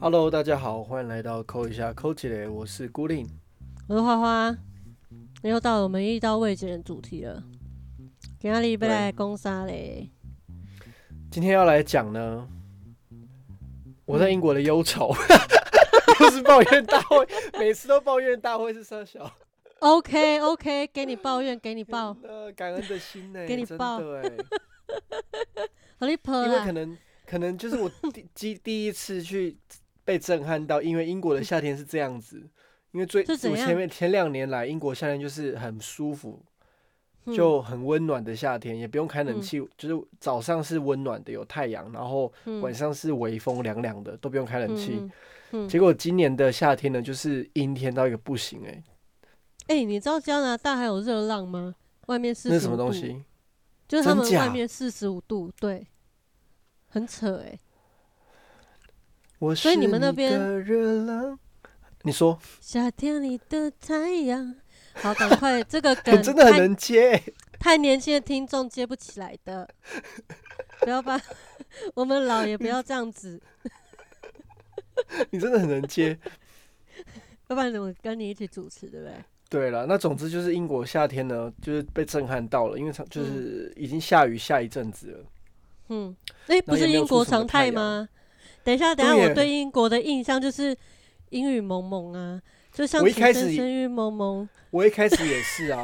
Hello，大家好，欢迎来到扣一下扣起来，我是孤令。我是花花，又到了我们一刀未剪的主题了。今天你要来攻杀嘞，今天要来讲呢，我在英国的忧愁， 又是抱怨大会，每次都抱怨大会是三小， OK OK，给你抱怨，给你 抱，呃，感恩的心呢、给你真抱的 哎、好你啊跑因为可啦，能可能就是我第第第一次去被震撼到，因为英国的夏天是这样子，因为最是怎我前样面前两年来英国夏天就是很舒服，嗯就很温暖的夏天，也不用开冷嗯气，就是早上是温暖的有太阳，然后晚上是微风凉凉的，都不用开冷气。，嗯嗯嗯结果今年的夏天呢，就是阴天到一个不行哎、哎、你知道加拿大还有热浪吗？外面四那十是什么东？西？就是他们真假外面四十五度，对，很扯哎、我所以是你们那边的热浪，你说夏天里的太阳，好，赶快这个 梗真的很太能接欸、太年轻的听众接不起来 的，不要把 我们老也不要这 样子，你真的很能接。要不然怎么跟你一起主持，对不对？对了，那总之就是英国夏天呢，就是被震撼到了，因为它就是已经下雨下一阵子了。嗯，哎、不也是没有英出国什么常太态阳吗？等一下，等一下，对耶我对英国的印象就是阴雨蒙蒙啊，就像我一情开深始深雨蒙蒙。我一开始也是 啊，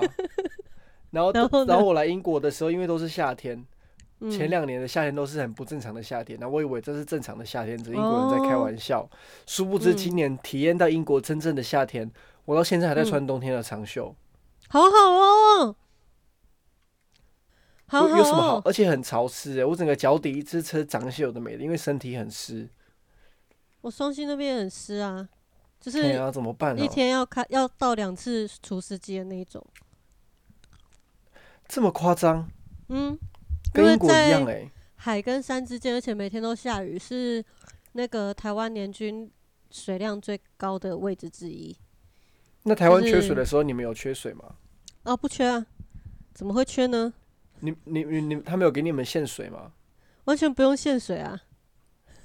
然后然后呢哦然后我来英国的时候，因为都是夏天，嗯、前两年的夏天都是很不正常的夏天，那我以为这是正常的夏天，只是英国人在开玩笑。殊不知哦嗯今年体验到英国真正的夏天，我到现在还在嗯穿冬天的长袖，好好哦，有好好有什么好？哦，而且很潮湿、欸，我整个脚底一只车长袖的没了，因为身体很湿。我双溪那边也很湿啊，就哎是呀，怎么办、啊？一天要开要到两次除湿机的那一种。这么夸张，嗯，因跟为英国一样在哎、海跟山之间，而且每天都下雨，是那个台湾年均水量最高的位置之一。那台湾缺就是水的时候，你们有缺水吗？哦，不缺啊，怎么会缺呢？你你你你，他们有给你们限水吗？完全不用限水啊，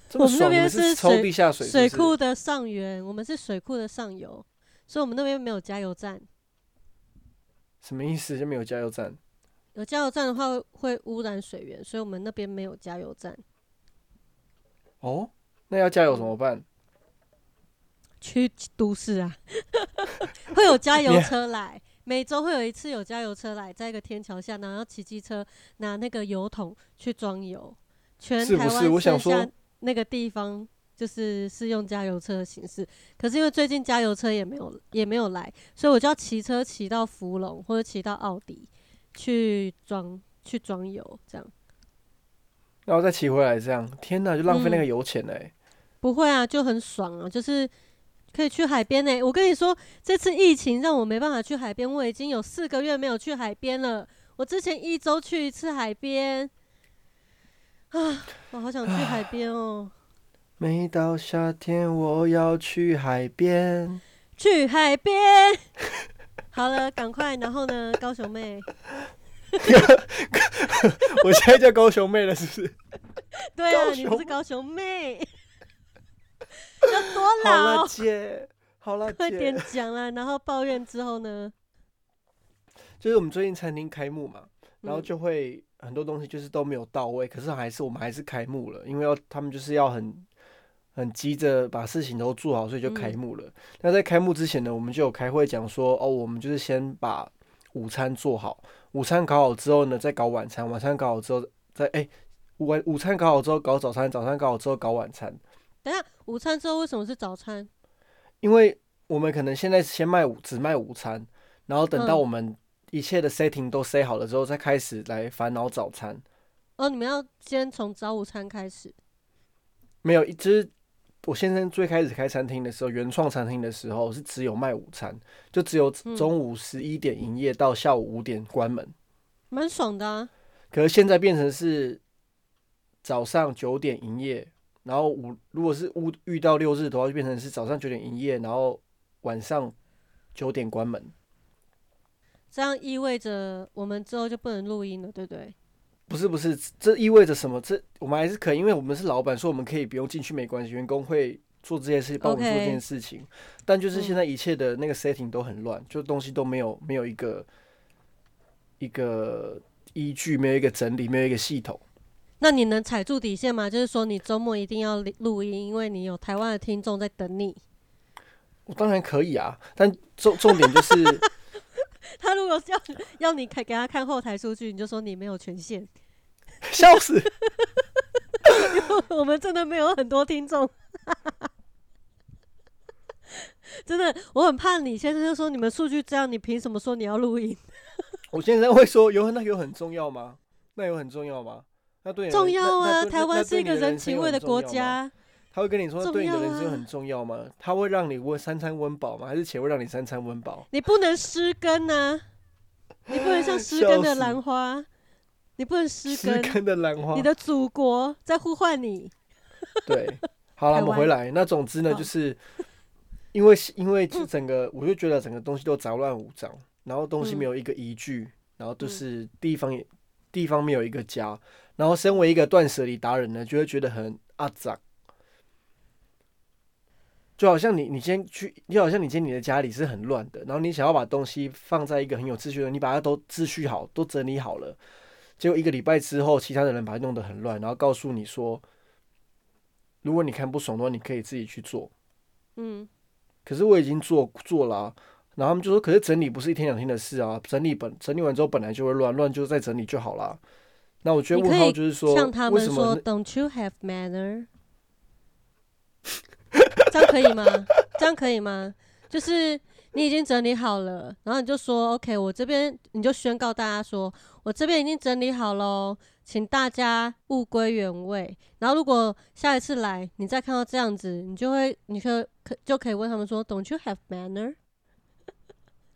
这么我们那爽，你边们是抽水地下水水是不库是的上源，我们是水库的上游，所以我们那边没有加油站。什么意思？就没有加油站？有加油站的话会会污染水源，所以我们那边没有加油站。哦，那要加油怎么办？去都市啊， 会有加油车来，每周会有一次有加油车来，在一个天桥下，然后骑机车拿那个油桶去装油。全是不台是我湾想说剩下那个地方就是是用加油车的形式，可是因为最近加油车也没有也没有来，所以我就要骑车骑到福隆或者骑到奥迪去装去装油，这样然后再骑回来，这样天哪，就浪费那嗯个油钱嘞、不会啊，就很爽啊，就是可以去海边呢、我跟你说，这次疫情让我没办法去海边，我已经有四个月没有去海边了。我之前一周去一次海边，啊，我好想去海边哦、每到夏天，我要去海边。去海边。好了，赶快，然后呢，高雄妹， 我现在叫高雄妹了，是 不是？对啊，高你不是雄高雄妹， 要多好了，老？姐，好了，快点姐。讲啦，然后抱怨之后呢，就是我们最近餐厅开幕嘛，然后嗯就会很多东西就是都没有到位，可是还是我们还是开幕了，因为要他们就是要很很急着把事情都做好，所以就开嗯幕了。那在开幕之前呢，我们就有开会讲说，哦，我们就是先把午餐做好，午餐搞好之后呢，再搞晚餐，晚餐搞好之后再哎。晚午餐搞好之后搞早餐，早餐搞好之后搞晚餐，等一下午餐之后为什么是早餐？因为我们可能现在先卖午只卖午餐，然后等到嗯我们一切的 setting 都 set 好了之后，再开始来烦恼早餐。哦，你们要先从早午餐开始。没有，就是我先生最开始开餐厅的时候，原创餐厅的时候是只有卖午餐，就只有嗯中午十一点营业到下午五点关门。蛮爽的啊。可是现在变成是早上九点营业，然后五如果是五遇到六日的话，就变成是早上九点营业，然后晚上九点关门。这样意味着我们之后就不能录音了，对不对？不是不是，这意味着什么？这我们还是可以，因为我们是老板，说我们可以不用进去没关系，员工会做这件事，帮我们做这 OK 件事情。但就是嗯现在一切的那个 setting 都很乱，就东西都没有没有一个一个依据，没有一个整理，没有一个系统。那你能踩住底线吗？就是说你周末一定要录音，因为你有台湾的听众在等你。 我当然可以啊，但重重点 就是他如果要要你看给他看后台数据，你就说你没有权限。 笑死。我们真的没有很多听众， 真的，我很怕你先生就说你们数据这样，你凭什么说你要录音？我现在会说有那有很重要吗？那有很重要吗？那对你的重要那啊！那对台湾是一个那对你的人人生情有味的很重要吗国家，他会跟你说重对你的要人生啊很重要吗？他会让你温三餐温饱吗？还是钱会让你三餐温饱？你不能失根呐、你不能像失根的兰花，你不能失失根，根的兰花你，的祖国在呼唤你。对，好了，台我们湾回来。那总之呢，好就是因为因为这整个，我就觉得整个东西都杂乱无章，然后东西没有一个依据，然后就是地方也地方没有一个家，然后身为一个断舍离达人呢，就会觉得很阿杂。就好像你，你今天去，就好像你今天你的家里是很乱的，然后你想要把东西放在一个很有秩序的，你把它都秩序好，都整理好了，结果一个礼拜之后，其他的人把它弄得很乱，然后告诉你说，如果你看不爽的话，你可以自己去做。嗯，可是我已经做做了啊、然后他们就说，可是整理不是一天两天的事啊，整理本整理完之后本来就会乱，乱就再整理就好啦。那我觉得你可问以号就是说，像他为们什说么，Don't you have manner？这样可以吗？ 这样可以吗？就是你已经整理好了，然后你就说 OK，我这边你就宣告大家说，我这边已经整理好喽，请大家物归原位。然后如果下一次来，你再看到这样子，你就会，你可可就可以问他们说，Don't you have manner？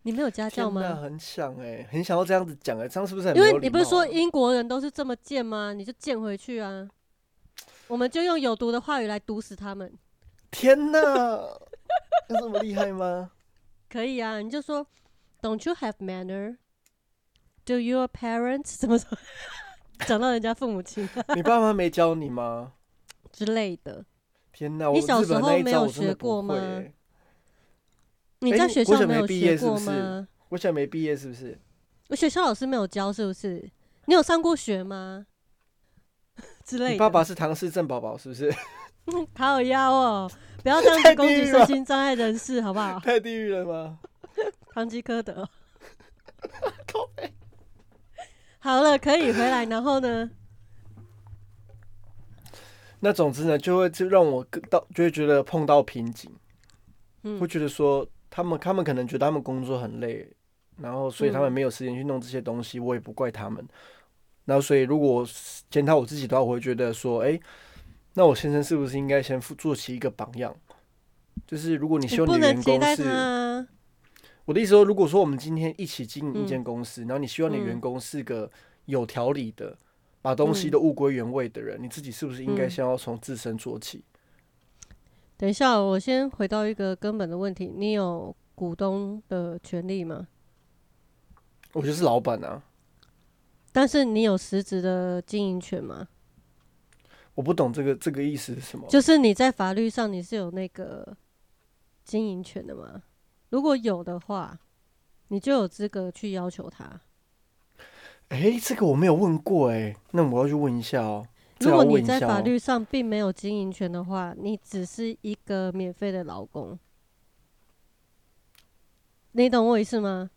你没有家教天吗？哪很想哎、很想要这样子讲哎、这样是不是很因没有为礼貌啊、你不是说英国人都是这么贱吗？你就贱回去啊！我们就用有毒的话语来毒死他们，天哪，有这么厉害吗？可以啊？你就说，Don't you have manner? Do your parents 怎么怎么讲到人家父母亲你爸妈没教你吗？之类的？天哪，我你小日本时候那一没招有我真的学过不会吗欸你哎在你学国校小没没有毕业学是不过是吗？我想没毕业是不是？我学校老师没有教是不是？你有上过学吗？ 之类的。你爸爸是唐氏症宝宝是不是？ 好妖哦！不要这样太地子攻击狱身了心障碍人士，好不好？太地狱了吗？唐吉诃德。 靠背。好了，可以回来。然后呢？那总之呢，就会就让我更到就会觉得碰到瓶颈，嗯会觉得说他们他们可能觉得他们工作很累，然后所以他们嗯没有时间去弄这些东西，我也不怪他们。然后所以如果我检讨我自己的话，我会觉得说，哎、那我先生是不是应该先负做起一个榜样？就是如果你希望不你的能员期工待是他啊。我的意思说，如果说我们今天一起经营一间嗯公司，然后你希望你嗯员工是个有条理的，把东西嗯都物归原位的人，你自己是不是应该嗯先要从自身做起？等一下，我先回到一个根本的问题：你有股东的权利吗？我就是老板啊，但是你有实质的经营权吗？我不懂这个这个意思是什么。就是你在法律上你是有那个经营权的吗？如果有的话，你就有资格去要求他。哎、这个我没有问过哎、那我要去问一下哦、这如要果你问一在下法哦、律上并没有经营权的话，你只是一个免费的劳工。你懂我意思吗？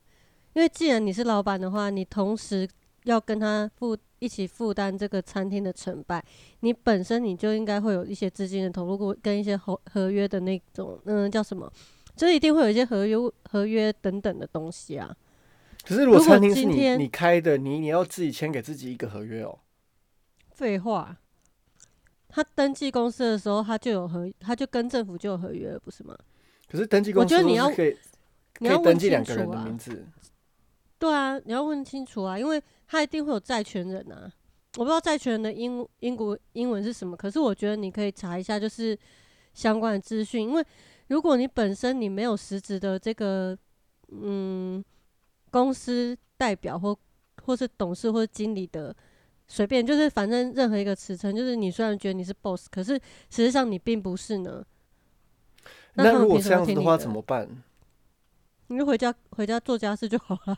因为既然你是老板的话，你同时要跟他负一起负担这个餐厅的成败，你本身你就应该会有一些资金的投入，跟一些合合约的那种，嗯，叫什么？就是一定会有一些合约、合约等等的东西啊。可是如果如果餐厅是今你天你开的，你你要自己签给自己一个合约哦、废话，他登记公司的时候，他就有合，他就跟政府就有合约了，不是吗？可是登记我公觉司得都你要是可以你可要以问登记清两个人楚的名啊，字，对啊，你要问清楚啊，因为他一定会有债权人啊。我不知道债权人的英英国英文是什么，可是我觉得你可以查一下，就是相关的资讯，因为如果你本身你没有实质的这个嗯公司代表或或是董事或是经理的，随便就是反正任何一个职称，就是你虽然觉得你是 boss，可是实际上你并不是呢。那他那们如果凭什这么样子听的你话的怎么办？你就回家回家做家事就好 了。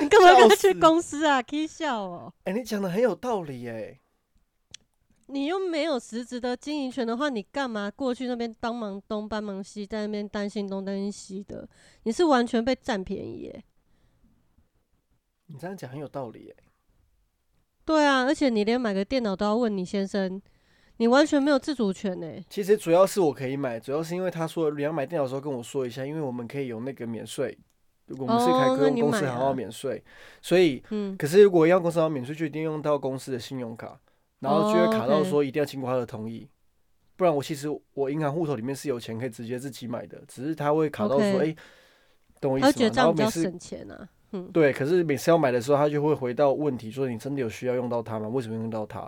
你干嘛跟他去笑死公司啊？k 笑哦！哎、你讲的很有道理哎、你又没有实质的经营权的话，你干嘛过去那边帮忙东帮忙西，在那边担心东担心西的？你是完全被占便宜耶、你这样讲很有道理哎、对啊，而且你连买个电脑都要问你先生，你完全没有自主权呢、其实主要是我可以买，主要是因为他说你要买电脑的时候跟我说一下，因为我们可以有那个免税，如果我们是开哦公那你公司买行号啊免税，所以嗯，可是如果要公司行号免税，就一定用到公司的信用卡，然后就哦会卡到，OK 说一定要经过他的同意。不然我其实我银行户头里面是有钱可以直接自己买的，只是他会卡到说，哎 OK 懂我意他会思觉得吗？这然后样比每较次省钱啊。嗯，对，可是每次要买的时候，他就会回到问题，说你真的有需要用到它吗？为什么用到它？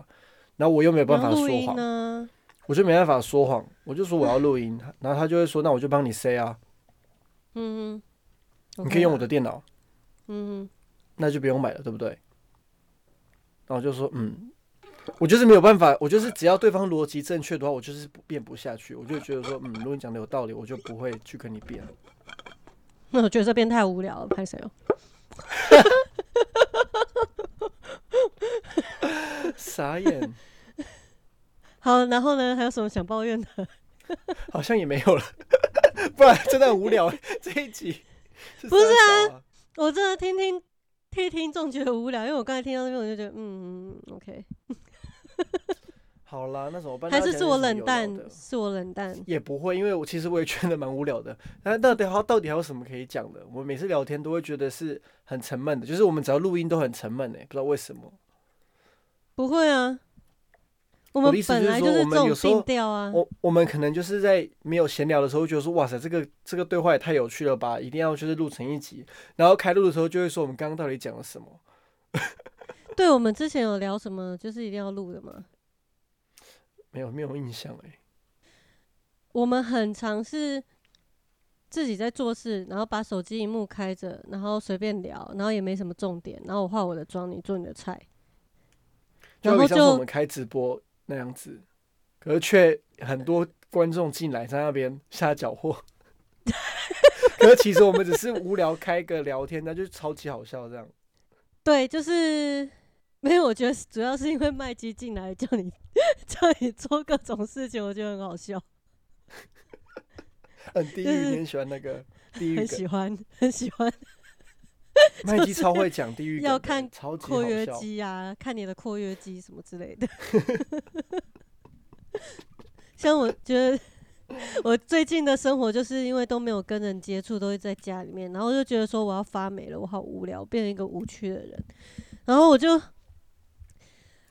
然后我又没有办然法后录说音啊谎，呢、我就没办法说谎，我就说我要录音，然后他就会说，那我就帮你 say 啊，嗯，你可以用我的，的电脑，嗯， 那就不用买了，对不对？然后我就说，嗯，我就是没有办法，我就是只要对方逻辑正确的话，我就是不辩不下去，我就觉得说，嗯，如果你讲的有道理，我就不会去跟你辩。那我觉得这边太无聊了，拍谁哦？傻眼，好，然后呢，还有什么想抱怨的？ 好像也没有了，不然真的很无聊。欸这一集不是三小啊？我真的听听替听众觉得无聊，因为我刚才听到那边我就觉得，嗯嗯，OK，好啦，那怎么办？还那要是讲是点我什么冷有淡聊的，是我冷淡。也不会，因为我其实我也觉得蛮无聊的。那到底还到底还有什么可以讲的？我每次聊天都会觉得是很沉闷的，就是我们只要录音都很沉闷哎、不知道为什么。不会啊，我我们的意思本就是来说就我是们这种有时候定调啊。我我们可能就是在没有闲聊的时候，会觉得说哇塞，这个这个对话也太有趣了吧，一定要就是录成一集。然后开录的时候就会说我们刚刚到底讲了什么。对，我们之前有聊什么，就是一定要录的嘛。没有没有印象哎、我们很常是自己在做事，然后把手机荧幕开着，然后随便聊，然后也没什么重点，然后我化我的妆，你做你的菜，就然好后比上次我就们开直播那样子，可是却很多观众进来在那边瞎搅 和。可是其实我们只是无聊开个聊天，那就超级好笑这样。对，就是没有。我觉得主要是因为麦基进来叫你 叫你做各种事情，我觉得很好笑，嗯，地狱你很喜欢那个地狱很梗，喜欢， 很喜欢麦基超会讲地狱梗的，要看超级括好约笑。肌啊，看你的括约肌什么之类 的。像我觉得 我最近的生活就是因为都没有跟人接触，都是在家里面，然后就觉得说我要发霉了，我好无聊，变成一个无趣的人。然后我就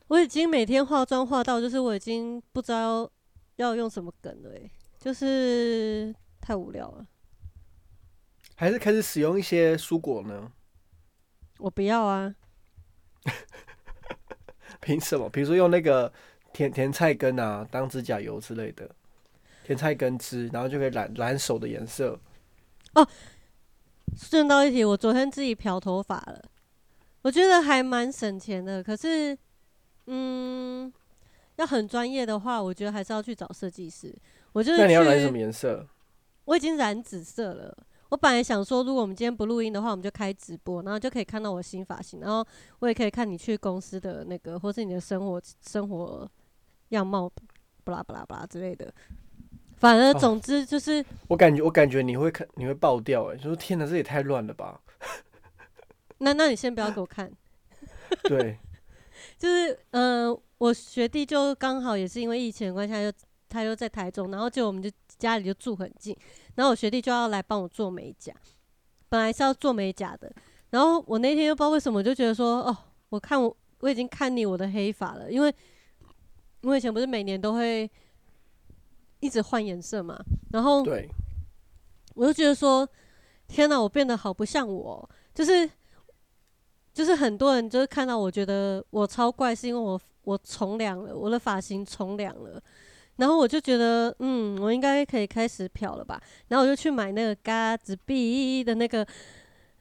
我已经每天化妆化到，就是我已经不知道要用什么梗了、欸，就是太无聊了。还是开始使用一些蔬果呢？我不要啊，凭什么？比如说用那个甜甜菜根啊，当指甲油之类的，甜菜根汁，然后就可以染染手的颜色。顺道一提，我昨天自己漂头发了，我觉得还蛮省钱的。可是，嗯，要很专业的话，我觉得还是要去找设计师。我就是那你要染什去，么颜色？我已经染紫色了。我本来想说，如果我们今天不录音的话，我们就开直播，然后就可以看到我新发型，然后我也可以看你去公司的那个，或是你的生活生活样貌，不啦不啦不啦之类的。反而哦总之就是我感觉，我感觉你会看，你会爆掉哎、就说天哪，这也太乱了吧？那那你先不要给我看。 对，就是呃，我学弟就刚好也是因为疫情的关系，他就他就在台中，然后就我们就家里就住很近，然后我学弟就要来帮我做美甲，本来是要做美甲的，然后我那天又不知道为什么，我就觉得说，哦，我看我我已经看腻我的黑发了，因为我以前不是每年都会一直换颜色嘛，然后对，我就觉得说，天哪，我变得好不像我哦，就是就是很多人就是看到我觉得我超怪，是因为我我从良了，我的发型从良了，然后我就觉得，嗯，我应该可以开始漂了吧。然后我就去买那个嘎子币的那个，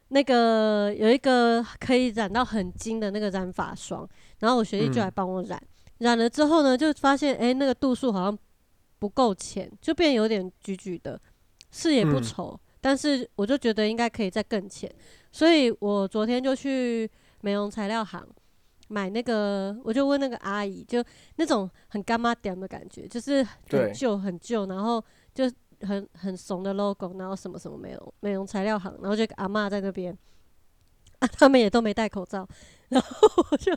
那个有一个可以染到很金的那个染发霜。然后我学弟就来帮我染，染了之后呢，就发现哎、诶那个度数好像不够浅，就变有点橘橘的，是也不嗯稠，但是我就觉得应该可以再更浅，所以我昨天就去美容材料行买那个，我就问那个阿姨，就那种很干妈点的感觉，就是很对旧很旧，然后就很很怂的 logo，然后什么什么美容美容材料行，然后就有个阿嬷在那边， 啊，他们也都没戴口罩， 然后我就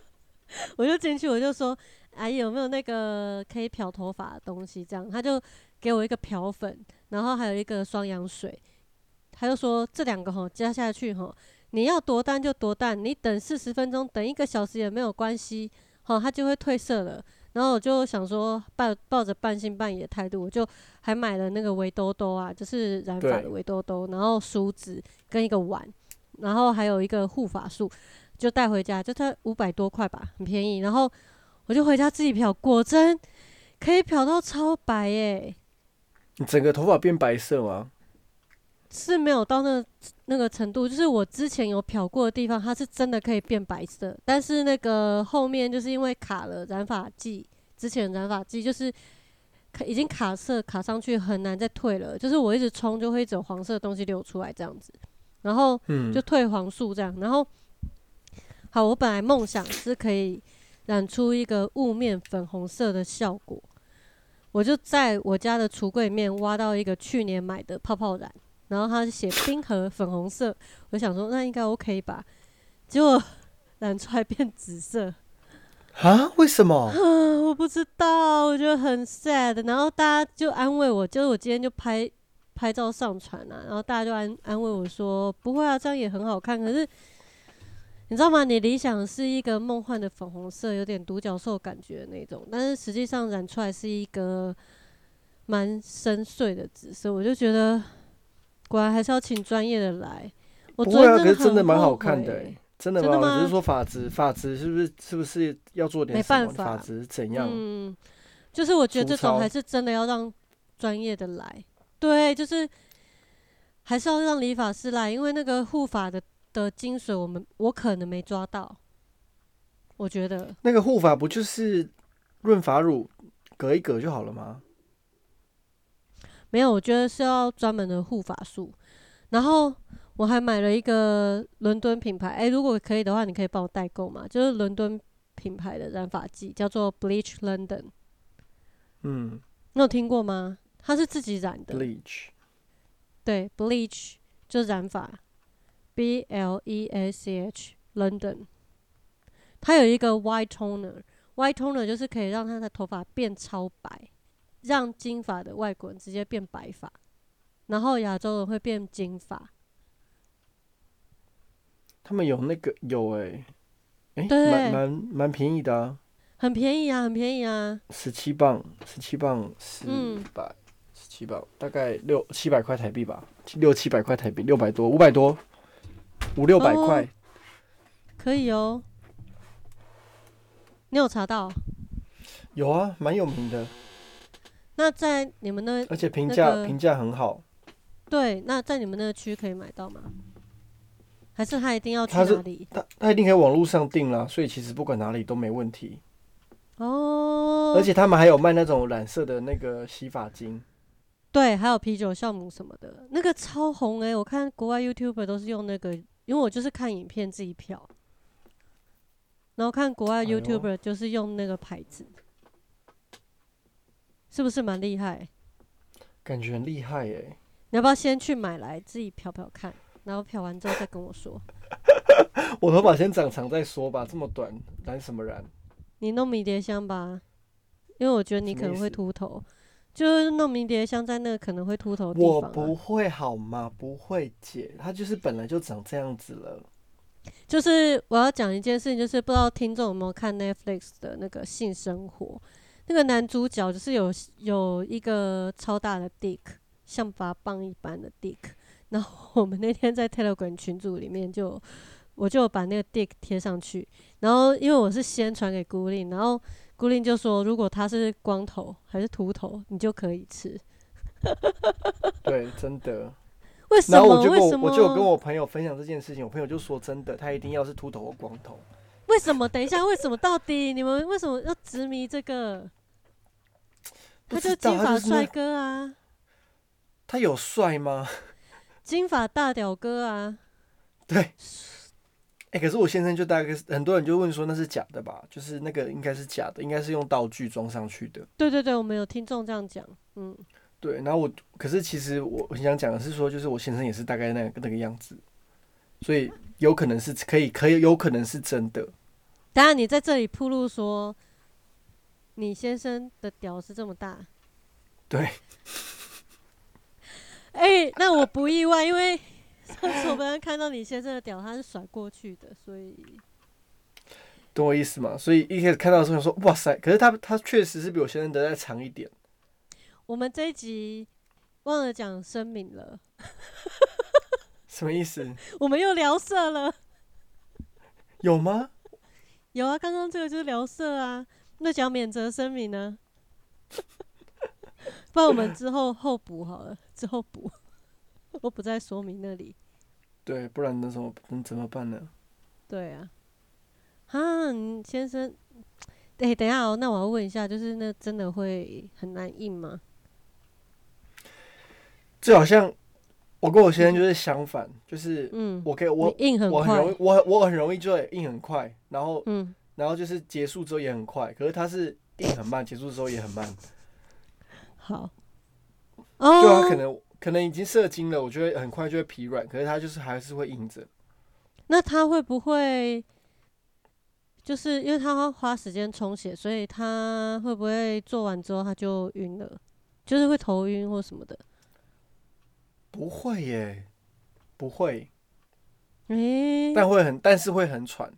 我就进去，我就说阿姨有没有那个可以漂头发的东西？这样，他就给我一个漂粉，然后还有一个双氧水，他就说这两个吼加下去吼，你要多淡就多淡，你等四十分钟，等一个小时也没有关系，好，它就会褪色了。然后我就想说抱抱着半信半疑的态度，我就还买了那个围兜兜啊，就是染发的对围兜兜，然后梳子跟一个碗，然后还有一个护发素，就带回家，就它五百多块吧，很便宜。然后我就回家自己漂，果真可以漂到超白耶、你整个头发变白色吗？是没有到那那个程度，就是我之前有漂过的地方，它是真的可以变白色，但是那个后面就是因为卡了染发剂，之前染发剂就是卡已经卡色卡上去，很难再退了，就是我一直冲就会一直有黄色的东西流出来这样子，然后嗯就，退黄素这样。然后，好，我本来梦想是可以染出一个雾面粉红色的效果，我就在我家的橱柜里面挖到一个去年买的泡泡染，然后它是写冰河粉红色，我想说那应该 OK 吧，结果 染出来变紫色。啊？为什么？啊， 我不知道，我觉得很 sad。然后大家就安慰我，就是我今天就拍拍照上传啊，然后大家就安安慰我说，不会啊，这样也很好看。可是你知道吗？你理想是一个梦幻的粉红色，有点独角兽感觉的那种，但是实际上染出来是一个蛮深邃的紫色。我就觉得，果然还是要请专业的来。我不昨会天啊，可是真很的蛮后好看的、悔欸，真的真蛮的好看。只吗是说发质，发质是不是是不是要做点没什么？办法发质是怎样？嗯，就是我觉得这粗糙种还是真的要让专业的来，对，就是还是要让理发师来，因为那个护发的的精髓，我们我可能没抓到，我觉得那个护发不就是润发乳隔一隔就好了吗？没有，我觉得是要专门的护发素。然后我还买了一个伦敦品牌，诶，如果可以的话，你可以帮我代购嘛，就是伦敦品牌的染发剂，叫做 Bleach London，嗯你有听过吗？它是自己染的。 ，bleach。对，bleach 就染发，B L E A C H London，它有一个 white toner，white toner 就是可以让它的头发变超白，让金发的外国人直接变白发，然后亚洲人会变金发。他们有那个有哎、哎、对蛮蛮蛮便宜的啊，很便宜啊，很便宜啊！十七磅，十七磅，十嗯百，十七磅，大概六七百块台币吧，七六七百块台币，六百多，五百多，五六百哦块。可以哦。你有查到？有啊，蛮有名的，那在你们那而且评那价个评价很好。对，那在你们那个区可以买到吗？还是他一定要去它是哪里？他他一定可以网络上订啦，所以其实不管哪里都没问题。哦，而且他们还有卖那种染色的那个洗发精，对，还有啤酒酵母什么的，那个超红欸诶、我看国外 YouTuber 都是用那个，因为我就是看影片自己漂，然后看国哎外呦 YouTuber 就是用那个牌子，是不是蛮厉害？欸感觉很厉害哎、你要不要先去买来自己漂漂看，然后漂完之后再跟我说？我头发先长长再说吧，这么短染什么染？你弄迷迭香吧，因为我觉得你什么可能意会思秃头，就是弄迷迭香在那个可能会秃头的地我方、啊。不会好吗？不会姐，她就是本来就长这样子 了。就是我要讲一件事情，就是不知道听众有没有看 Netflix 的那个性生活，那个男主角就是有有一个超大的 dick，像拔棒一般的 dick。然后我们那天在 Telegram 群组里面就我就把那个 dick 贴上去，然后因为我是先传给孤令，然后孤令就说，如果他是光头还是秃头，你就可以吃。对，真的。为什然后么？我就跟为什我么？我就有跟我朋友分享这件事情，我朋友就说真的，他一定要是秃头或光头。为什么？等一下，为什么？到底你们为什么要执迷这个？不他知就道金他发就是那帅哥啊，他有帅吗？ 金发大屌哥啊，对。哎、可是我先生就大概是很多人就问说那是假的吧？就是那个应该是假的，应该是用道具装上去的。对对对，我们有听众这样讲，嗯，对，然后我可是其实我很想讲的是说，就是我先生也是大概那个那个样子，所以有可能是可以，可以有可能是真的。当然你在这里铺路说，你先生的屌是这么大，对，哎、那我不意外，因为上次我们看到你先生的屌，他是甩过去的，所以懂我意思吗？所以一开始看到的时候想说哇塞，可是他他确实是比我先生的再长一点。我们这一集忘了讲声明了，什么意思？我们又聊色了。有吗？有啊，刚刚这个就是聊色啊，那讲免责声明呢、 不然我们之后后补好了，之后补， 我不在说明那里。对，不然能怎么能怎么办呢？对啊，啊，你先生，哎、等一下哦，那我要问一下，就是那真的会很难硬吗？这好像我跟我先生就是相反，就是嗯，我给我你硬很我很容快易，我很我很容易就会硬很快，然后嗯，然后就是结束之后也很快，可是他是硬很慢，结束之后也很慢，好。就哦，啊他可能可能已经射精了，我觉得很快就会疲软，可是他就是还是会硬着。那他会不会就是因为他要花时间充血，所以他会不会做完之后他就晕了，就是会头晕或什么的？不会耶，不会，诶、但会很但是会很喘，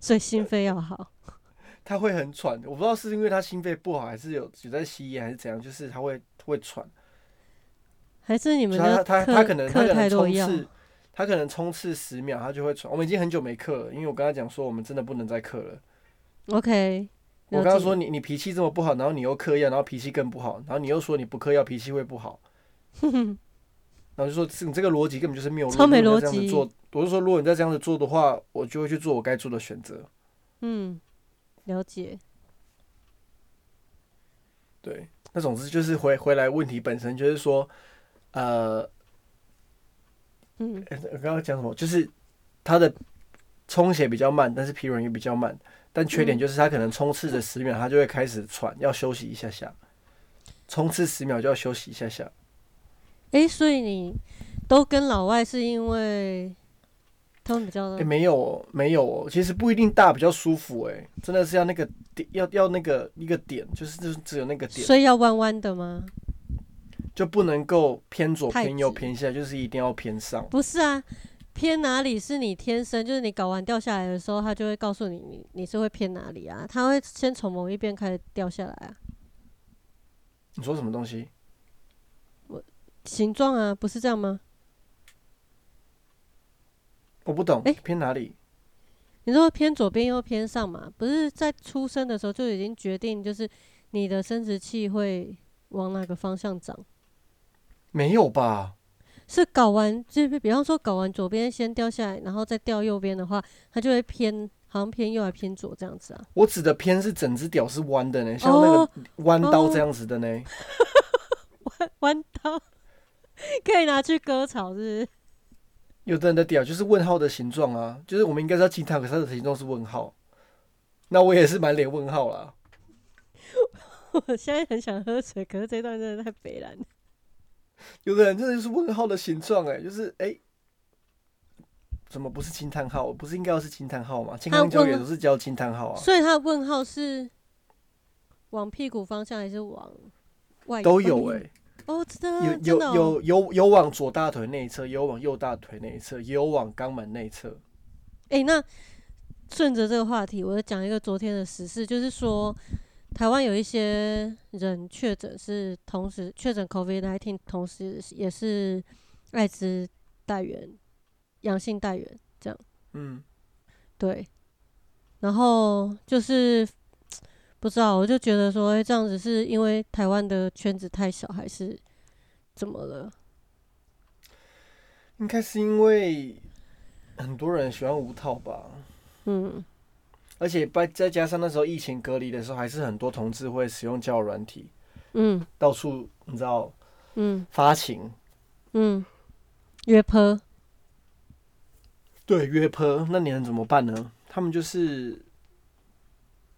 所以心肺要好。他会很喘，我不知道是因为他心肺不好，还是有有在吸烟还是怎样，就是他会会喘。还是你所以们他的他课他可能他课可太能多冲药？刺，他可能冲刺十秒他就会喘。我们已经很久没课了，因为我跟他讲说我们真的不能再课了。 OK，我了跟他解说你你脾气这么不好，然后你又嗑药，然后脾气更不好，然后你又说你不嗑药脾气会不好， 然后就说是你这个逻辑根本就是谬论。超没如果逻你再这样辑子做，我就说如果你再这样子做的话，我就会去做我该做的选择。嗯，了解。对，那总之就是回回来问题本身就是说，呃，嗯，呃刚刚讲什么？就是他的充血比较慢，但是疲软也比较慢。但缺点嗯就是他可能冲刺的十秒，他就会开始喘，要休息一下下。冲刺十秒就要休息一下下。诶、所以你都跟老外是因为他们比较哎、没有哦，没有哦，其实不一定大比较舒服、哎，真的是要那个点，要要那个一个点，就是就是只有那个点，所以要弯弯的吗？就不能够偏左、太偏右、直偏下，就是一定要偏上。不是啊，偏哪里是你天生，就是你睾丸掉下来的时候，它就会告诉你你你是会偏哪里啊，它会先从某一边开始掉下来啊，你说什么东西？形状啊，不是这样吗？我不懂，哎偏哪里？你说偏左边又偏上嘛，不是在出生的时候就已经决定，就是你的生殖器会往哪个方向长？没有吧？是睾丸，就是比方说睾丸左边先掉下来，然后再掉右边的话，它就会偏，好像偏右还偏左这样子啊。 我指的偏是整只屌是弯的呢，像那个哦弯刀哦这样子的呢。弯刀可以拿去割草，是不是？有的人的屌就是问号的形状啊，就是我们应该是要惊叹，可是它的形状是问号。那我也是满脸问号啦。我现在很想喝水，可是这段真的太北蓝。有的人真的就是问号的形状，哎，就是哎、怎么不是惊叹号？不是应该要是惊叹号吗？健康教育也都是教惊叹号啊，所以他的问号是往屁股方向还是往外？都有哎、哎、哦，真的啊有真的有哦、有有有往左大腿内侧，有往右大腿内侧，也有往肛门内侧。哎、那顺着这个话题，我再讲一个昨天的时事，就是说台湾有一些人确诊是同时确诊 COVID-19，同时也是艾滋带源、阳性带源，嗯，对。然后就是不知道，我就觉得说，哎、这样子是因为台湾的圈子太小，还是怎么了？应该是因为很多人喜欢无套吧，嗯，而且再再加上那时候疫情隔离的时候，还是很多同志会使用交友软体，嗯到处你知道嗯发情，嗯，约炮，对约炮，那你能怎么办呢？他们就是，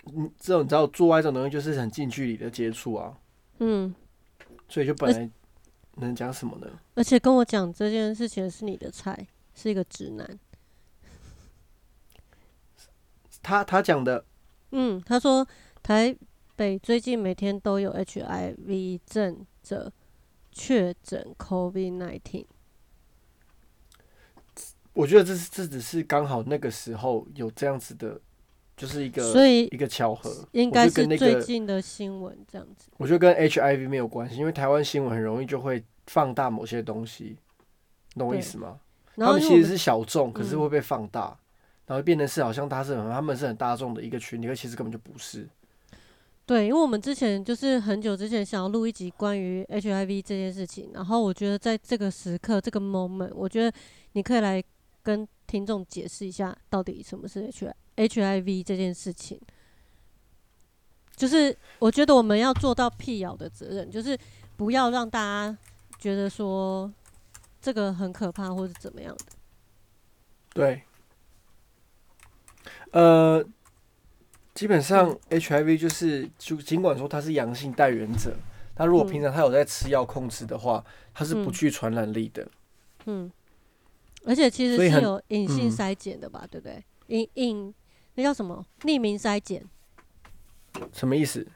嗯，这种你知道做爱这种东西就是很近距离的接触啊，嗯，所以就本来能讲什么呢？而且跟我讲这件事情的是你的菜，是一个直男。他他讲的嗯，他说台北最近每天都有 HIV 症者确诊 COVID-19。我觉得这是这只是刚好那个时候有这样子的，就是一个所以一个巧合。应该我是就跟那最个近的新闻这样子。我觉得跟 HIV 没有关系，因为台湾新闻很容易就会放大某些东西，你懂我意对思吗？然他后们因其为我实们是小众，可是嗯会被放大，然后变得是好像他是很他们是很大众的一个群体，而其实根本就不是。对，因为我们之前就是很久之前想要录一集关于 HIV 这件事情，然后我觉得在这个时刻这个 moment，我觉得你可以来跟听众解释一下到底什么是 H HIV 这件事情。就是我觉得我们要做到辟谣的责任，就是不要让大家觉得说这个很可怕或者怎么样的。对，呃，基本上 HIV 就是，就尽管说它是阳性带源者，那如果平常他有在吃药控制的话，它是不嗯具传染力的。嗯，而且其实所以是很有隐性嗯筛检的吧，对不对？隐隐那叫什么？匿名筛检，什么意思？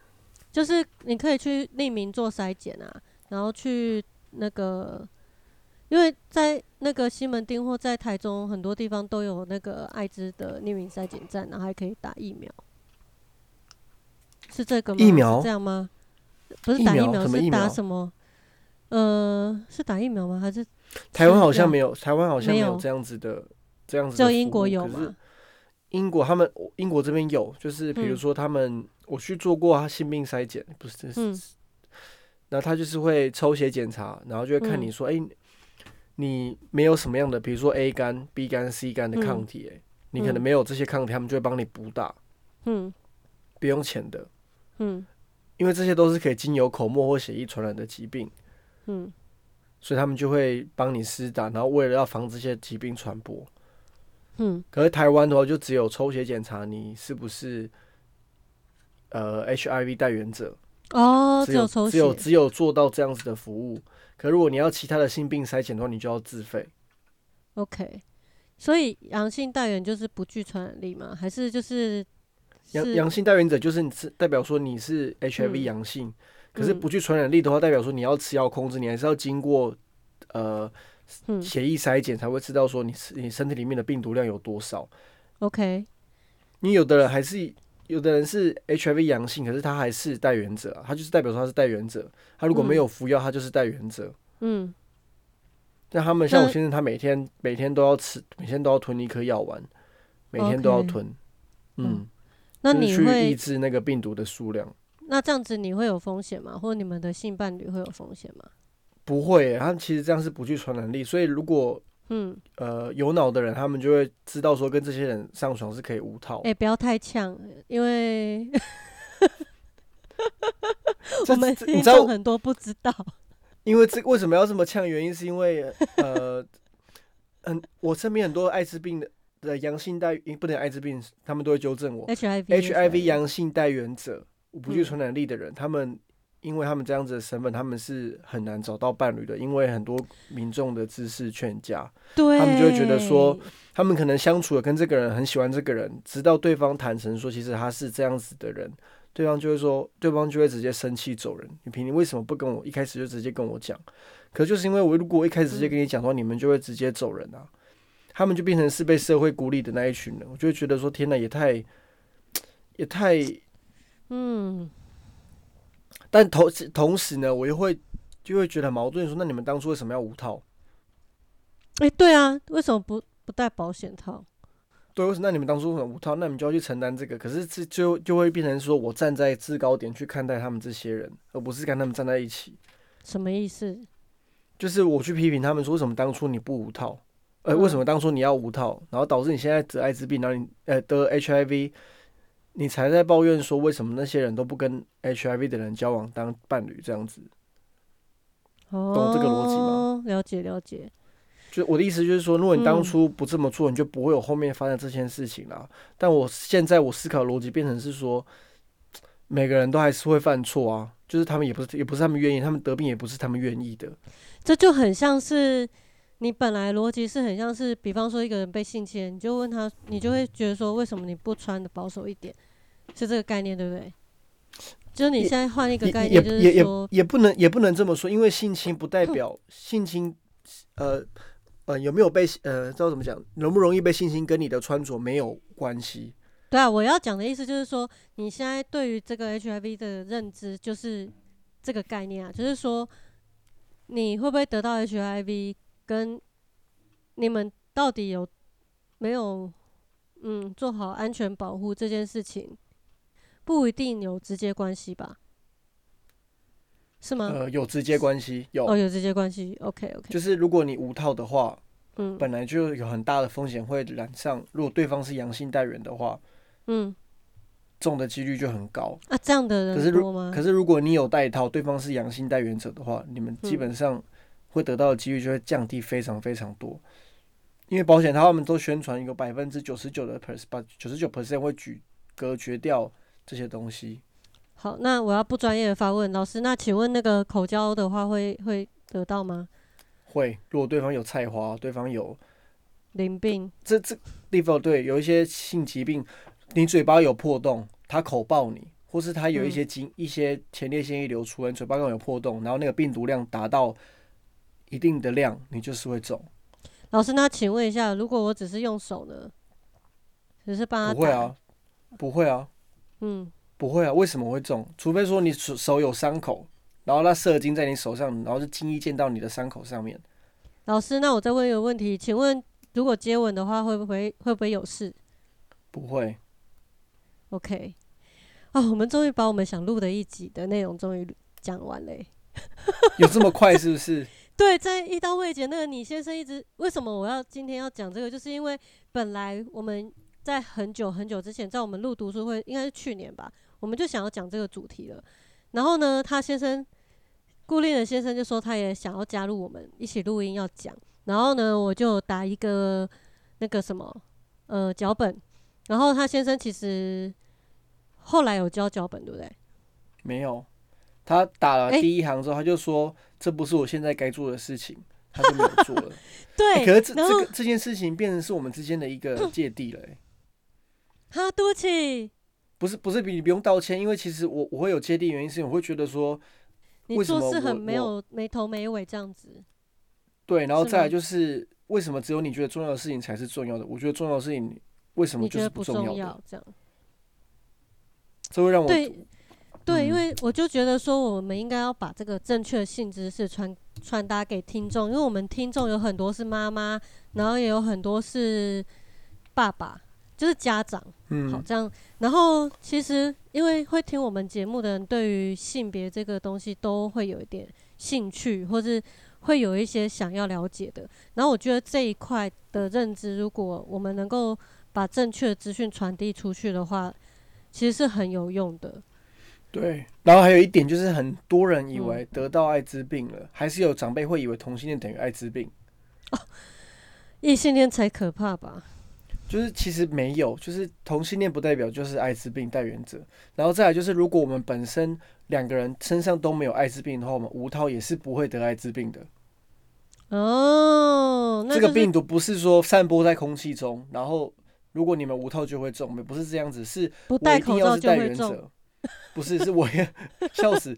就是你可以去匿名做筛检啊，然后去那个，因为在那个西门町或在台中很多地方都有那个艾滋的匿名筛检站，然后还可以打疫苗，是这个吗？疫苗是这样吗？不是疫打疫苗苗，什么是疫打苗什么？呃，是打疫苗吗？还是台湾好药像没有，台湾好像没没有有这样子的，这样子只的服务。有英国有可是吗？英国他们英国这边有，就是比如嗯说他们、我去做过他性病筛检，不是，嗯然后他就是会抽血检查，然后就会看你嗯说，哎、你没有什么样的，比如说 A 肝、B 肝、C 肝的抗嗯体、哎、你可能嗯没有这些抗体，他们就会帮你补打，嗯不用钱的，嗯因为这些都是可以经由口沫或血液传染的疾病，嗯所以他们就会帮你施打，然后为了要防止这些疾病传播。嗯可是台湾的话，就只有抽血检查你是不是呃 HIV 带源者，哦，只有抽只血，有只有做到这样子的服务。可如果你要其他的性病筛检的话，你就要自费。 OK，所以阳性带源就是不具传染力吗？还是就是阳是阳性带源者就是你是代表说你是 HIV 嗯阳性，可是嗯不具传染力的话，代表说你要吃药控制，你还是要经过呃嗯血液筛检才会知道说你是你身体里面的病毒量有多少。 OK 因为有的人还是有的人是 HIV 阳性，可是他还是带源者、啊，他就是代表说他是带源者。他如果嗯没有服药，他就是带源者。嗯但他们像我那先生，他每天每天都要吃，每天都要吞一颗药丸，每天都要 OK 吞。嗯嗯，那就是你去抑会制那个病毒的数量？那这样子你会有风险吗？或者你们的性伴侣会有风险吗？不会、他其实这样是不具传染力。所以如果嗯，呃有脑的人，他们就会知道说跟这些人上床是可以无套。哎、不要太呛，因为这我们这你听知道众很多不知道。因为这为什么要这么呛？原因是因为呃，嗯，我身边很多艾滋病的的阳性带不能艾滋病，他们都会纠正我。 HIV HIV 阳性带源者，不具嗯传染力的人，他们因为他们这样子的身份，他们是很难找到伴侣的，因为很多民众的知识劝架，对，他们就会觉得说，他们可能相处的跟这个人很喜欢这个人，直到对方坦诚说其实他是这样子的人，对方就会说，对方就会直接生气走人。你凭你为什么不跟我一开始就直接跟我讲？可就是因为我如果一开始直接跟你讲的话，你们就会直接走人啊。他们就变成是被社会孤立的那一群人，我就会觉得说，天哪，也太，也太嗯但同时同时呢，我又会就会觉得很矛盾，说那你们当初为什么要无套？哎、对啊，为什么不不戴保险套？对，为什么？那你们当初很无套，那你们就要去承担这个。可是这就就会变成说我站在制高点去看待他们这些人，而不是跟他们站在一起。什么意思？就是我去批评他们说，为什么当初你不无套？呃，嗯为什么当初你要无套，然后导致你现在得艾滋病，然后你呃得 HIV，你才在抱怨说为什么那些人都不跟 HIV 的人交往当伴侣这样子？哦，我这个逻辑吗了解了解，就我的意思就是说，如果你当嗯初不这么做，你就不会有后面发生这件事情啦。但我现在我思考的逻辑变成是说，每个人都还是会犯错啊，就是他们也不是也不是他们愿意，他们得病也不是他们愿意的。这就很像是你本来逻辑是很像是，比方说一个人被性侵，你就问他，你就会觉得说，为什么你不穿的保守一点？是这个概念对不对？就是你也现在换一个也概也念，就也是也说，也不能也不能这么说，因为性侵不代 表性侵，呃呃有没有被呃知道怎么讲，容不容易被性侵跟你的穿着没有关系。对啊，我要讲的意思就是说，你现在对于这个 HIV 的认知就是这个概念啊，就是说你会不会得到 HIV，跟你们到底有没有嗯做好安全保护这件事情，不一定有直接关系吧？是吗？呃，有直接关系，有、嗯哦，有直接关系。OK OK，就是如果你无套的话，嗯本来就有很大的风险会染上，如果对方是阳性带源的话，嗯中的几率就很高。啊，这样的可是人如多吗可？是如果你有带套，对方是阳性带源者的话，你们基嗯本上会得到的几率就会降低非常非常多。因为保险他们都宣传有百分之九十九的 per 把九十九 percent 会举隔绝掉这些东西。好，那我要不专业的发问，老师，那请问那个口交的话会会得到吗？会，如果对方有菜花，对方有淋病这这地方对有一些性疾病，你嘴巴有破洞，他口爆你，或是他有一些经、一些前列腺液流出来，你嘴巴刚好有破洞，然后那个病毒量达到一定的量，你就是会中。老师，那请问一下，如果我只是用手呢？只是帮他不会打，啊，不会啊，嗯，不会啊，为什么会中？除非说你手手有伤口，然后它射精在你手上，然后就精液溅到你的伤口上面，老师，那我再问一个问题，请问如果接吻的话，会不会会不会有事不会。 ？OK，哦，我们终于把我们想录的一集的内容终于讲完嘞、有这么快是不是？对，在一刀未剪那个你先生一直为什么我要今天要讲这个，就是因为本来我们在很久很久之前，在我们录读书会，应该是去年吧，我们就想要讲这个主题了。然后呢，他先生顾令的先生就说他也想要加入我们一起录音要讲，然后呢，我就打一个那个什么呃脚本，然后他先生其实后来有交脚本，对不对？没有，他打了哎第一行之后，他就说这不是我现在该做的事情，他就没有做了。欸可对，是这哎然这后嗯个这件事情变成是我们之间的一个芥蒂了、欸，哈，对不起，不是不是，你不用道歉，因为其实我我会有芥蒂，原因是我会觉得说你为什做么事很我没我有没头没尾这样子。对，然后是再吗来就是为什么只有你觉得重要的事情才是重要的？我觉得重要的事情为什么你就觉是得不重重要的？要这样？这会让我对对，因嗯为我就觉得说，我们应该要把这个正确的性知识传传达给听众，因为我们听众有很多是妈妈，然后也有很多是爸爸，就是家长。好，嗯这样。然后其实因为会听我们节目的人，对于性别这个东西都会有一点兴趣，或是会有一些想要了解的。然后我觉得这一块的认知，如果我们能够把正确的资讯传递出去的话，其实是很有用的。对，然后还有一点就是很多人嗯以为得到艾滋病了，还是有长辈会以为同性恋等于艾滋病，异性恋才可怕吧？就是其实没有，就是同性恋不代表就是艾滋病带源者。然后再来就是，如果我们本身两个人身上都没有艾滋病的话，我们无套也是不会得艾滋病的。哦，那这就个是病毒不是说散播在空气中，然后如果你们无套就会中，不是这样子，是不我戴一定口要罩是就带会源中。者，不是是我也 笑死，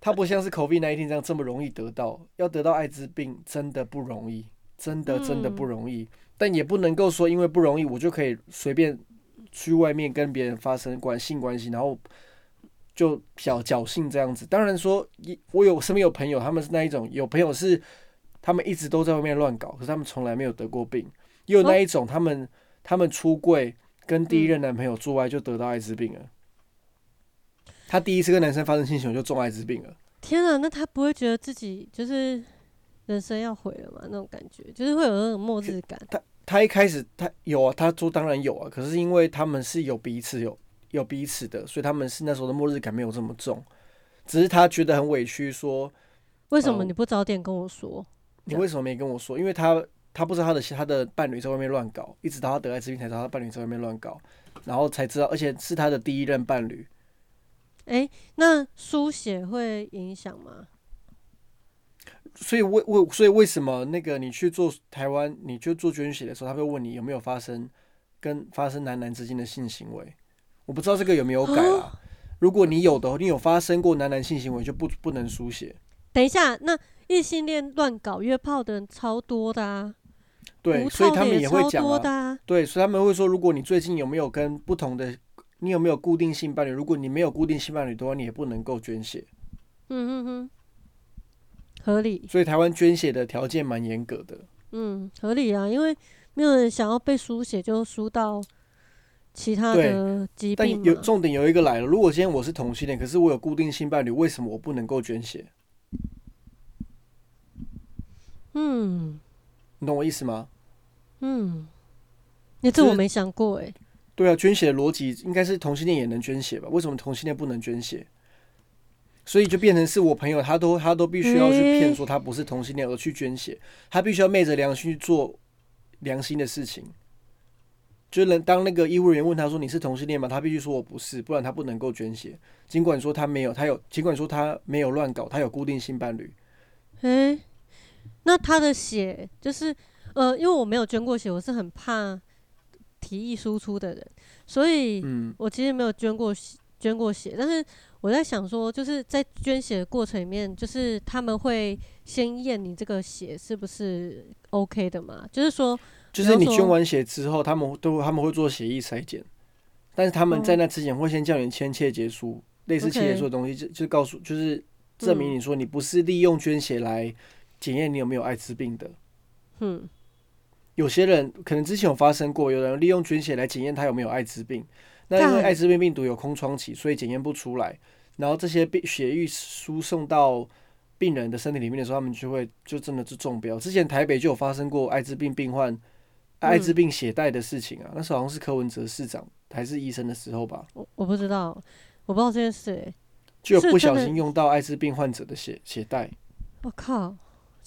它不像是 COVID 1 9这样这么容易得到，要得到艾滋病真的不容易，真的真的不嗯容易，但也不能够说因为不容易我就可以随便去外面跟别人发生关性关系，然后。就小侥幸这样子，当然说，一我有身边有朋友，他们是那一种，有朋友是他们一直都在外面乱搞，可是他们从来没有得过病。也有那一种，他们他们出柜跟第一任男朋友做爱就得到艾滋病了。她第一次跟男生发生性行为就中艾滋病了。天啊，那他不会觉得自己就是人生要毁了吗？那种感觉，就是会有那种末日感。她一开始她有啊，她说当然有啊，可是因为他们是有彼此有有彼此的，所以他们是那时候的末日感没有这么重，只是她觉得很委屈说，为什么哦你不早点跟我说？你为什么没跟我说？因为她她不知道她的她的伴侣在外面乱搞，一直到她得艾滋病才知道她伴侣在外面乱搞，然后才知道，而且是她的第一任伴侣，诶，那输血会影响吗？所以为为所以为什么那个你去做台湾，你去做捐血的时候，他会问你有没有发生跟发生男男之间的性行为？我不知道这个有没有改哦啊。如果你有的，你有发生过男男性行为，就不不能输血。等一下，那异性恋乱搞约炮的人超多的啊，对，无所以套他的们也会超讲多的啊。啊。对，所以他们会说，如果你最近有没有跟不同的，你有没有固定性伴侣？如果你没有固定性伴侣的话，你也不能够捐血。嗯嗯嗯，合理，所以台湾捐血的条件蛮严格的。嗯合理啊，因为没有人想要被输血就输到其他对的疾但病嘛。有重点有一个来了，如果今天我是同性恋，可是我有固定性伴侣，为什么我不能够捐血？嗯你懂我意思吗？嗯，那这就是我没想过诶。对啊，捐血的逻辑应该是同性恋也能捐血吧？为什么同性恋不能捐血？所以就变成是我朋友，他都他都必须要去骗说他不是同性恋而去捐血，他必须要昧着良心去做良心的事情。就是人当那个医务人员问他说你是同性恋吗？他必须说我不是，不然他不能够捐血。尽管说他没有，他有尽管说他没有乱搞，他有固定性伴侣。诶、那他的血就是呃，因为我没有捐过血，我是很怕提议输出的人，所以嗯，我其实没有捐过血，捐过血。但是我在想说，就是在捐血的过程里面，就是他们会先验你这个血是不是 OK 的嘛？就是说，就是你比方说捐完血之后，他们都他们会做血液筛检，但是他们在那之前会先叫你签切结书，类似 OK 切结书的东西，就就告诉就是证明你说你不是利用捐血来检验你有没有艾滋病的。嗯，有些人可能之前有发生过，有人利用捐血来检验他有没有艾滋病，那因为干艾滋病病毒有空窗期，所以检验不出来，然后这些病血液输送到。病人的身体里面的时候，他们就会就真的是中标。之前台北就有发生过艾滋病病患嗯艾滋病携带的事情啊，那时候好像是柯文哲市长还是医生的时候吧，我我不知道，我不知道这件事、欸，就有是不小真的心用到艾滋病患者的血血袋，我靠，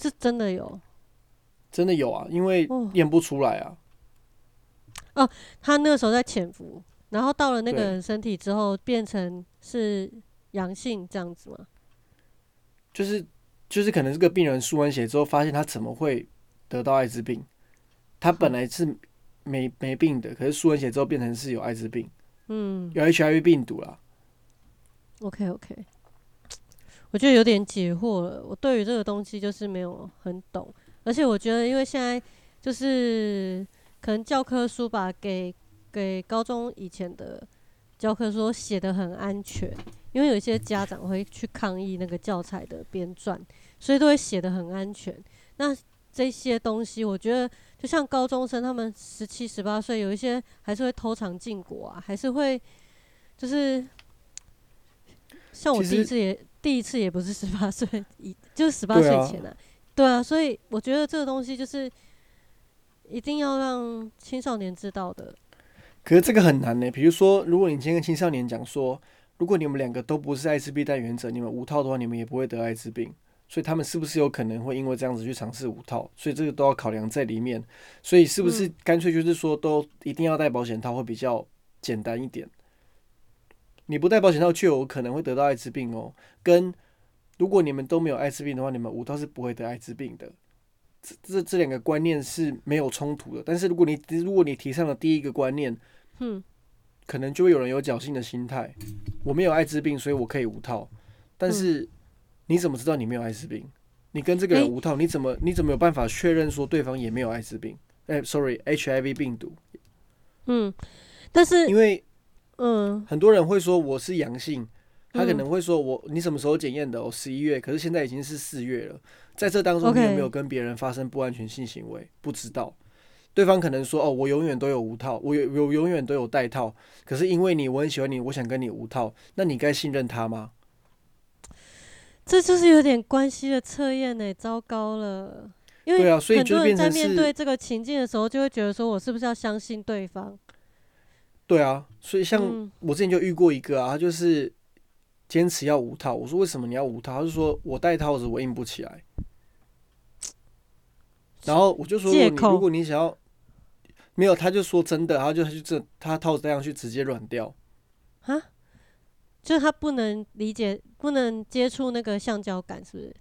是真的有。真的有啊，因为哦验不出来啊。他那个时候在潜伏，然后到了那个对人身体之后，变成是阳性这样子嘛？就是就是可能这个病人输完血之后，发现他怎么会得到艾滋病？他本来是没没病的，可是输完血之后变成是有艾滋病，嗯有 HIV 病毒啦。 ，OK OK，我觉得有点解惑了。我对于这个东西就是没有很懂，而且我觉得因为现在就是可能教科书吧，给给高中以前的教科书写的很安全，因为有一些家长会去抗议那个教材的编撰，所以都会写的很安全。那这些东西，我觉得就像高中生他们十七、十八岁，有一些还是会偷尝禁果啊，还是会就是像我其第一实次也第一次也不是十八岁以，就是十八对岁啊前啊，对啊，所以我觉得这个东西就是一定要让青少年知道的。可是这个很难呢、比如说，如果你今天跟青少年讲说，如果你们两个都不是艾滋病带原者，你们无套的话，你们也不会得艾滋病。所以他们是不是有可能会因为这样子去尝试无套？所以这个都要考量在里面。所以是不是干脆就是说，都一定要戴保险套会比较简单一点？你不戴保险套就有可能会得到艾滋病哦。跟如果你们都没有艾滋病的话，你们无套是不会得艾滋病的。这这这两个观念是没有冲突的。但是如果你如果你提倡的第一个观念，嗯，可能就会有人有侥幸的心态。我没有艾滋病，所以我可以无套。但是你怎么知道你没有艾滋病？你跟这个人诶无套，你怎么你怎么有办法确认说对方也没有艾滋病？哎、s o r r y h i v 病毒，嗯，但是因为嗯很多人会说我是阳性，他可嗯能会说我你什么时候检验的？我十一月，可是现在已经是四月了，在这当中你 OK 有没有跟别人发生不安全性行为？不知道。对方可能说哦，我永远都有无套，我有我永远都有带套，可是因为你我很喜欢你，我想跟你无套，那你该信任他吗？这就是有点关系的测验呢，糟糕了。因为对啊所以很就多变人在成面是对这个情境的时候，就会觉得说我是不是要相信对方？对啊，所以像嗯我之前就遇过一个啊，他就是坚持要无套，我说为什么你要无套？他就说我戴套子我硬不起来，然后我就说借你口如果你想要，没有，他就说真的，他就他就这他套子戴上去直接软掉，啊，就是他不能理解，不能接触那个橡胶感，是不是？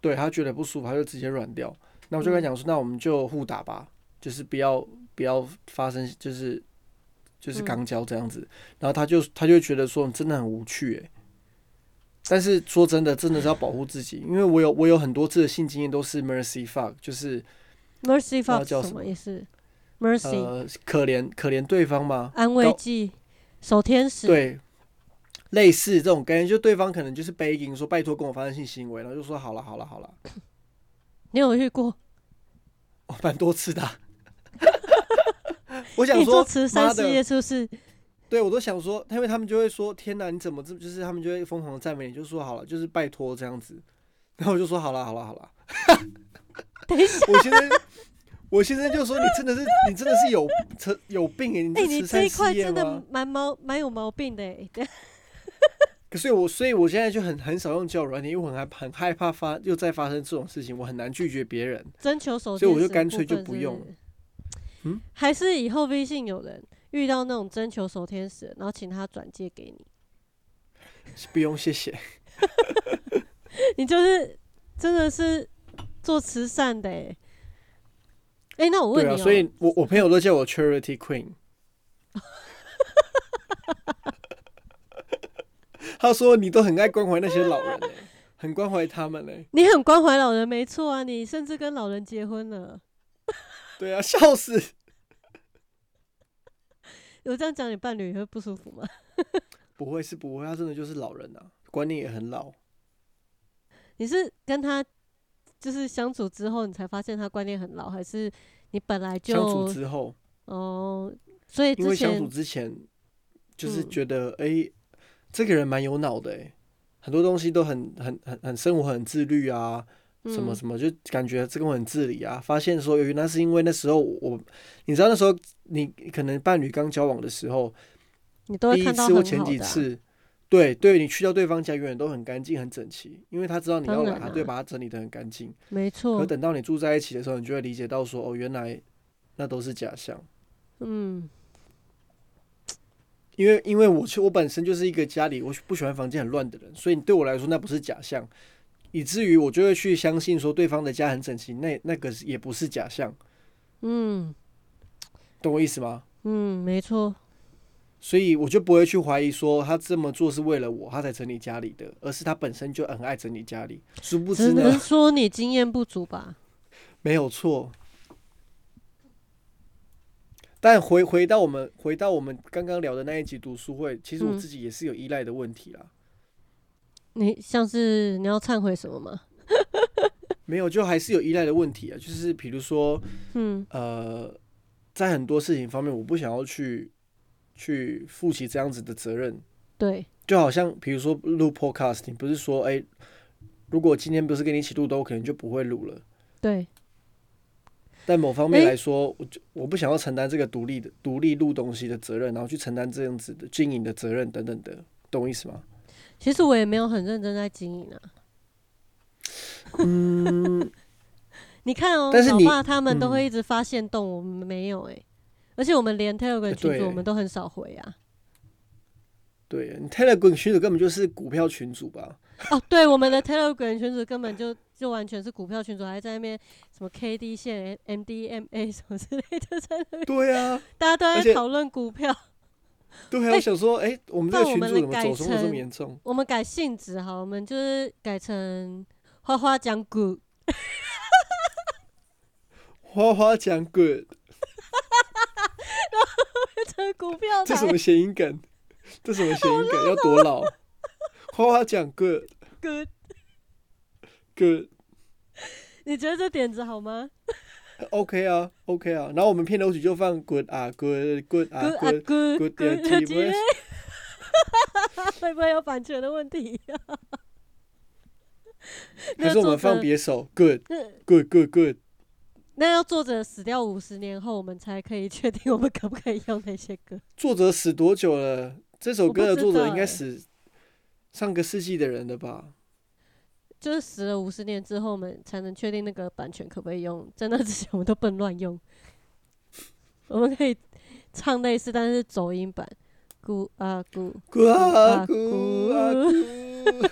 对他觉得不舒服，他就直接软掉。那我就跟他嗯讲说，那我们就互打吧，就是不要不要发生，就是就是嗯肛交这样子。然后他就他就觉得说，真的很无趣诶、欸但是说真的，真的是要保护自己，因为我有我有很多次的性经验都是 mercy fuck，就是 Mercy 道 Fox 叫什什么么意思？Mercy、呃可怜可怜对方嘛，安慰高剂、守天使，对，类似这种概念，就对方可能就是 begging 说拜托跟我发生性行为，然后就说好了好了好了，你有遇过？哦蛮多次的啊、 我想你说做慈妈善的事业是不是？对，我都想说，因为他们就会说：“天哪，你怎么这么？”就是他们就会疯狂的赞美你，就说好了，就是拜托这样子。然后我就说好了，好了，好了。等一下，我现在，我现在就说你真的是，你真的是有成有病诶、你哎、这你慈这善一块事业真的吗？蛮毛蛮有毛病的哎、等一下可是我，所以我现在就很很少用交友软件，因为我很害很害怕发又再发生这种事情，我很难拒绝别人。征求手所以我就电子的干部脆就分不是是用了嗯还是以后微信有人遇到那种征求手天使，然后请他转借给你， 不用谢谢，你就是真的是做慈善的哎、欸。哎、那我问对你、哦，啊，所以我我朋友都叫我 Charity Queen。他说你都很爱关怀那些老人、欸，很关怀他们嘞、欸你很关怀老人，没错啊，你甚至跟老人结婚了。对啊，笑死！我这样讲，你伴侣也会不舒服吗？ 不会是不会，他真的就是老人啊，观念也很老。你是跟他就是相处之后，你才发现他观念很老，还是你本来就相处之后，哦？所以因之为相前处之前就是嗯觉得，哎、这个人蛮有脑的、欸，很多东西都很很很很生活很自律啊，什么嗯什么，就感觉这个我很自理啊。发现说，原来是因为那时候我，你知道那时候你可能伴侣刚交往的时候，你都会第一看到次或很前好几的啊、次，对对，你去到对方家，永远都很干净、很整齐，因为他知道你当要然来，他啊对，把它整理的很干净。没可错，等到你住在一起的时候，你就会理解到说，哦，原来那都是假象。嗯，因为因为我其我本身就是一个家里我不喜欢房间很乱的人，所以对我来说那不是假象，以至于我就会去相信说对方的家很整齐，那那个是也不是假象，嗯懂我意思吗？嗯，没错，所以我就不会去怀疑说他这么做是为了我，他才整理家里的，而是他本身就很爱整理家里。殊不只知能呢，说你经验不足吧。没有错。但回回到我们回到我们刚刚聊的那一集读书会，其实我嗯自己也是有依赖的问题啦。你像是你要忏悔什么吗？没有，就还是有依赖的问题啊。就是比如说，嗯呃，在很多事情方面，我不想要去去负起这样子的责任。对，就好像比如说录 podcast，你不是说，哎、如果今天不是跟你一起录的，我可能就不会录了。对，但某方面诶来说，我就我不想要承担这个独立的独立录东西的责任，然后去承担这样子的经营的责任等等的，懂我意思吗？其实我也没有很认真在经营啊。嗯， 你看哦，但是老你爸他们都嗯会一直发现动，我们没有哎、而且我们连 Telegram 呃群组对我们都很少回啊。对你 Telegram 群主根本就是股票群主 吧？哦，对，我们的 Telegram 群组根本就就完全是股票群组，还在那边什么 KD 线、MDMA ，M，M 什么之类的，在那边对啊，大家都而在且讨论股票。对啊，诶我想说，哎、我们这个那我群们主怎么改走中的这成么严重？我们改性质好，我们就是改成花花讲股。花花讲 good，成股票这台什么谐音梗？这什么谐音梗？要多老？花花讲 good good， good，你觉得这点子好吗？ OK 啊，OK 啊。然后我们片头曲就放 Good 啊，Good Good 啊 Good 啊，Good good good good，点今天 会不会有版权的问 题？还是我们放那作者别首 Good 那 Good Good Good。那要作者死掉五十年后，我们才可以 确定我们可不可以用那些歌。作者死多久了？这首我不歌的知作者道应该欸死上个世纪的人了吧？就是死了五十年之后，我们才能确定那个版权可不可以用。在那之前，我们都不能乱用。我们可以唱类似，但是走音版。咕啊咕，咕啊啊咕啊咕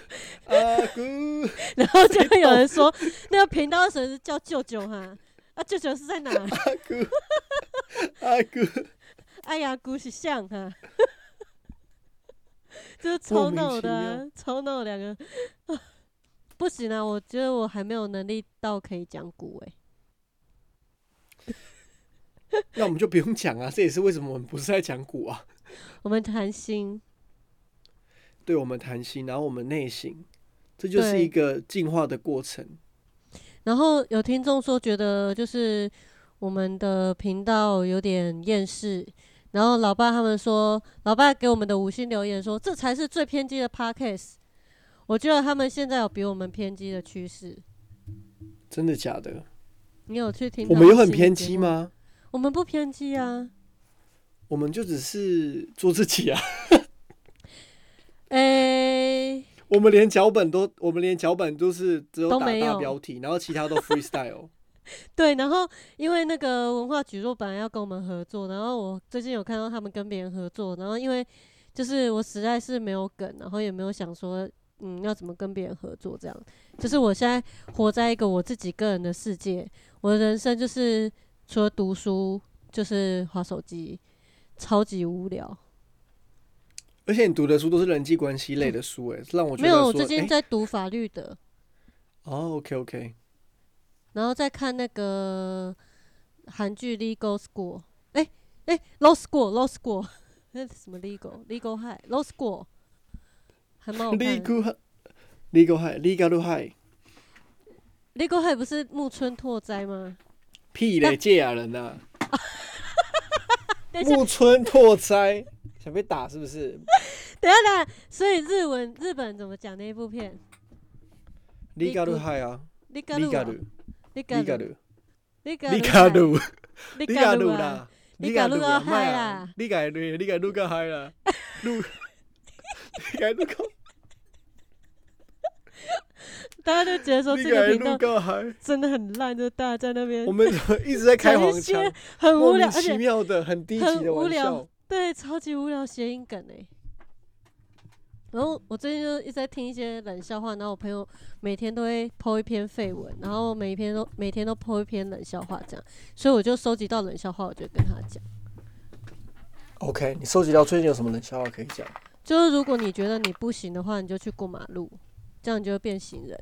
啊咕，然后就会有人说，那个频道神是叫舅舅哈，啊舅舅是在哪？啊咕，哎呀，姑是像哈， 就是莫超名闹其的、啊妙，超闹两个， 不行啊！我觉得我还没有能力到可以讲古哎、那我们就不用讲啊，这也是为什么我们不是在讲古啊，我们谈心，对我们谈心，然后我们内省，这就是对一个进化的过程。然后有听众说觉得就是我们的频道有点厌世，然后老爸他们说，老爸给我们的五星留言说，这才是最偏激的 podcast。我觉得他们现在有比我们偏激的趋势。真的假的？你有去听？我们有很偏激？吗？我们不偏激啊。我们就只是做自己啊，诶、我们连脚本都，我们连脚本都是只有都打没大有标题，然后其他都 freestyle。对，然后因为那个文化局若本来要跟我们合作，然后我最近有看到他们跟别人合作，然后因为就是我实在是没有梗，然后也没有想说嗯要怎么跟别人合作这样，就是我现在活在一个我自己个人的世界，我的人生就是除了读书就是划手机，超级无聊。而且你读的书都是人际关系类的书、欸，哎，让我觉嗯没得有，说，我最近诶在读法律的，哦，OK OK，然后再看那个韩剧《Legal School》诶，哎哎，《Law School》《Law School》那 是什么 Legal Legal High《Law School》还蛮好看的。 legal legal high legal high， Legal High 不是木村拓哉吗？屁嘞，芥雅人呐、等一下，木村拓哉想被打是不是等一下，等一下，所以日文日本怎么讲那一部片？legal Legal- high 啊？Legal ，legal Legal legal Legal legal legal Legal 啦 Legal legal 啊， high 卖啊啦，legal legal legal high 啦，lu legal legal 大家都觉得 说这个 legal 频道 legal high， 真的很烂，就大家在那边我们怎么一直在开讲一黄腔些？很无莫聊，名而其且妙的很低级很的无玩笑聊，，对，超级无聊谐音梗哎、然后我最近就一直在听一些冷笑话，然后我朋友每天都会剖一篇废文，然后每一篇都每天都剖一篇冷笑话这样，所以我就收集到冷笑话，我就跟他讲， OK，你收集到最近有什么冷笑话可以讲？就是如果你觉得你不行的话，你就去过马路，这样你就会变行人。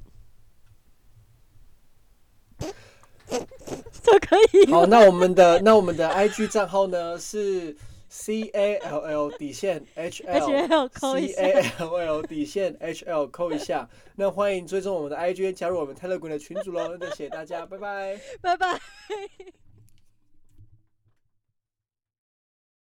这可以好，那我们的那我们的 IG 账号呢是 C A L L 底线 H ，H L。 L 扣一 C 下 A L L 底线 H L 扣一下，那欢迎追踪我们的 IG，加入我们 Telegram 的群组喽！那就谢谢大家，拜拜。拜拜。